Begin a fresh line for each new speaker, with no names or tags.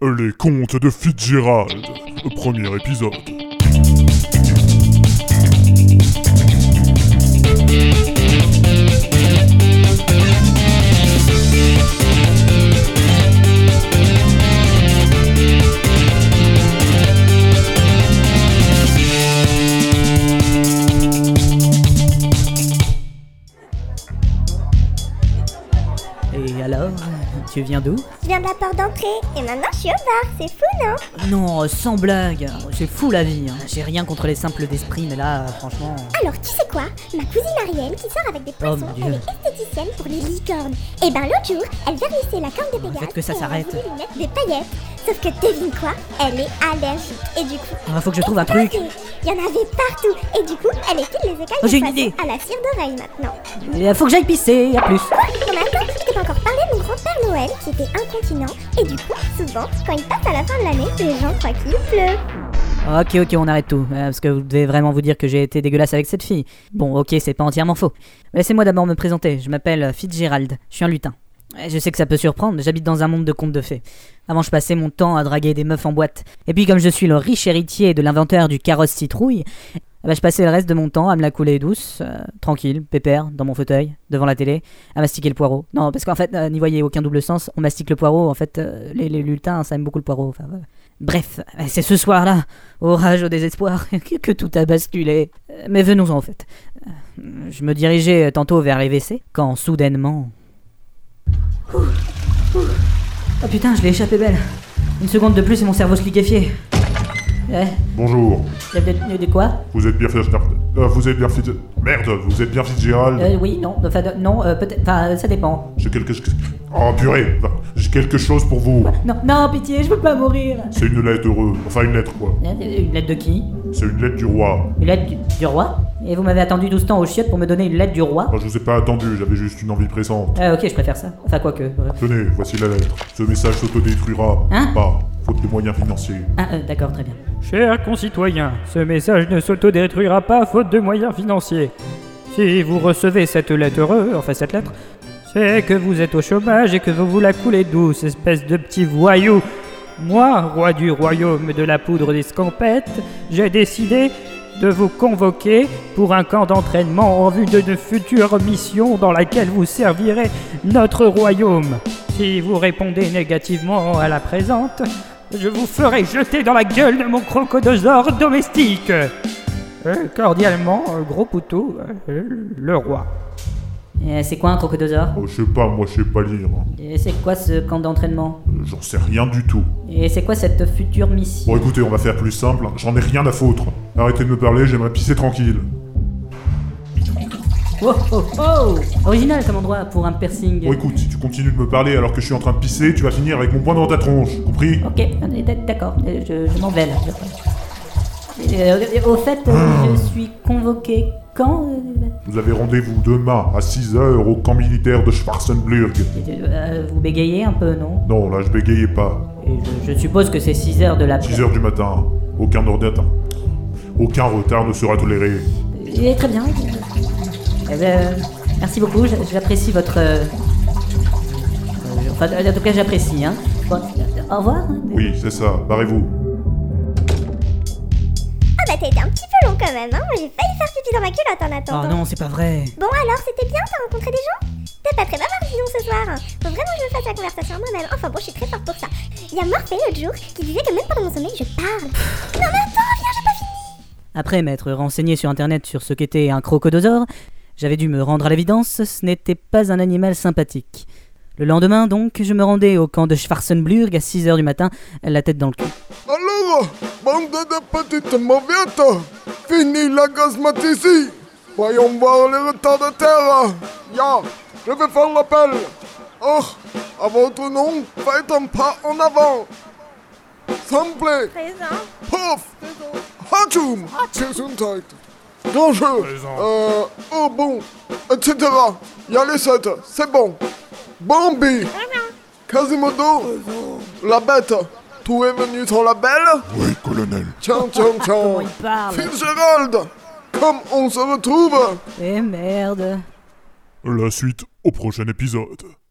Les contes de Fitzgerald, premier épisode.
Et alors, tu viens d'où
Je viens de la porte d'entrée et maintenant je suis au bar, c'est fou non
Non, sans blague, c'est fou la vie. hein. J'ai rien contre les simples d'esprit, mais là, franchement.
Alors tu sais quoi Ma cousine Arielle qui sort avec des
Oh,
poissons,
mon Dieu.
elle est esthéticienne pour les licornes. Et ben l'autre jour, elle vernissait la corne de Pégase
faites que ça
et elle a
s'arrête.
voulu lui mettre des paillettes. Sauf que devine quoi Elle est allergique et du coup...
Ah, faut que je trouve un
explosé.
truc.
Il y en avait partout et du coup, elle équipe les écailles
Oh,
de
j'ai une
poisson
idée.
à la cire d'oreille maintenant.
Il faut que j'aille pisser, à plus.
Pour l'instant, je t'ai pas encore parlé de mon grand-père Noël qui était incontinent et du coup, souvent, quand il passe à la fin de l'année, les gens croient qu'il pleut.
Ah, Ok, ok, on arrête tout. euh, parce que vous devez vraiment vous dire que j'ai été dégueulasse avec cette fille. Bon, ok, c'est pas entièrement faux. Laissez-moi d'abord me présenter. Je m'appelle Fitzgerald. Je suis un lutin. Ouais, Je sais que ça peut surprendre, mais j'habite dans un monde de contes de fées. Avant, je passais mon temps à draguer des meufs en boîte. Et puis, comme je suis le riche héritier de l'inventeur du carrosse citrouille, eh ben, je passais le reste de mon temps à me la couler douce, euh, tranquille, pépère, dans mon fauteuil, devant la télé, à mastiquer le poireau. Non, parce qu'en fait, euh, n'y voyez aucun double sens. On mastique le poireau. En fait, euh, les, les lutins, ça aime beaucoup le poireau. Enfin, voilà. Bref, euh, c'est ce soir-là au rage, au désespoir, que que tout a basculé. Euh, Mais venons-en au fait. Euh, Je me dirigeais tantôt vers les WC, quand soudainement... Ouh, ouh. Oh putain, je l'ai échappé belle. Une seconde de plus et mon cerveau se liquéfiait. Eh,
Bonjour,
y'a peut-être mieux des quoi
vous êtes bien Fitzgerald. euh, vous êtes bien Fitz- Merde, vous êtes bien Fitzgerald.
Euh, Oui, non, enfin, de- non, euh, peut-être, enfin, euh, ça dépend.
J'ai quelque chose. Oh purée, j'ai quelque chose pour vous.
Non, non, pitié, je veux pas mourir.
C'est une lettre heureux. Enfin, une lettre quoi.
Euh, Une lettre de qui
C'est une lettre du roi.
Une lettre du, du roi Et vous m'avez attendu 12 temps au chiottes pour me donner une lettre du roi
Oh, je vous ai pas attendu, j'avais juste une envie pressante.
Ah ok, je préfère ça. Enfin, quoique. euh,
Tenez, voici la lettre. Ce message s'autodétruira.
Hein
ou Pas, faute de moyens financiers.
Ah, euh, d'accord, très bien.
Chers concitoyens, ce message ne s'autodétruira pas faute de moyens financiers. Si vous recevez cette lettre heureuse, enfin cette lettre, c'est que vous êtes au chômage et que vous vous la coulez douce, espèce de petit voyou. Moi, roi du royaume de la poudre des scampettes, j'ai décidé de vous convoquer pour un camp d'entraînement en vue d'une future mission dans laquelle vous servirez notre royaume. Si vous répondez négativement à la présente, je vous ferai jeter dans la gueule de mon crocodosaure domestique. Euh, cordialement, euh, gros poutou, euh, le roi.
Euh, c'est quoi un crocodosaure
Oh, je sais pas, moi je sais pas lire. hein.
Et c'est quoi ce camp d'entraînement
Euh, J'en sais rien du tout.
Et c'est quoi cette future mission
Bon écoutez, on va faire plus simple, j'en ai rien à foutre. Arrêtez de me parler, j'aimerais pisser tranquille.
Oh, oh, oh Original comme endroit pour un piercing.
Bon écoute, si tu continues de me parler alors que je suis en train de pisser, tu vas finir avec mon poing dans ta tronche, compris
Ok, on est d'ac- d'accord, euh, je, je m'en vais là. je- Euh, au fait, euh, je suis convoqué quand euh,
Vous avez rendez-vous demain à 6h au camp militaire de Schwarzenblurg.
euh, Vous bégayez un peu, non
Non, là je bégayais pas.
Et je, je suppose que c'est 6 heures de la
6h du matin, aucun ordinateur. Aucun retard ne sera toléré.
Eh, très bien. Eh ben, merci beaucoup, j'a- j'apprécie votre. euh, euh, Enfin, en tout cas, j'apprécie. Hein. Bon, euh, au revoir. hein.
Oui, c'est ça, barrez-vous.
Ah bah t'as été un petit peu long quand même, hein Moi j'ai failli faire pipi dans ma culotte en attendant.
Oh c'est pas vrai.
Bon alors, c'était bien, t'as rencontré des gens T'es pas très bavard sinon ce soir. hein. Faut vraiment que je me fasse la conversation à moi-même. Enfin bon, je suis très forte pour ça. Il y a Morphée l'autre jour qui disait que même pendant mon sommeil, je parle. Non mais attends, viens, j'ai pas fini.
Après m'être renseigné sur internet sur ce qu'était un crocodosaure, j'avais dû me rendre à l'évidence, ce n'était pas un animal sympathique. Le lendemain, donc, je me rendais au camp de Schwarzenblurg à 6h du matin, la tête dans le cul.
Alors, bande de petites mauviettes, fini la gasmatissie. Voyons voir les retardataires. Ya, je vais faire l'appel. Oh, à votre nom, faites un pas en avant. Simple,
Présent.
pof, hachoum, gesundheit, danger, euh, oh bon, etc. Il y a les sept, c'est bon. Bambi, Quasimodo, la bête, tout est venu sur la belle
Oui, colonel.
Tiens, tiens,
Comment
tiens.
il parle
Fitzgerald, comme on se retrouve
Eh merde
La suite au prochain épisode.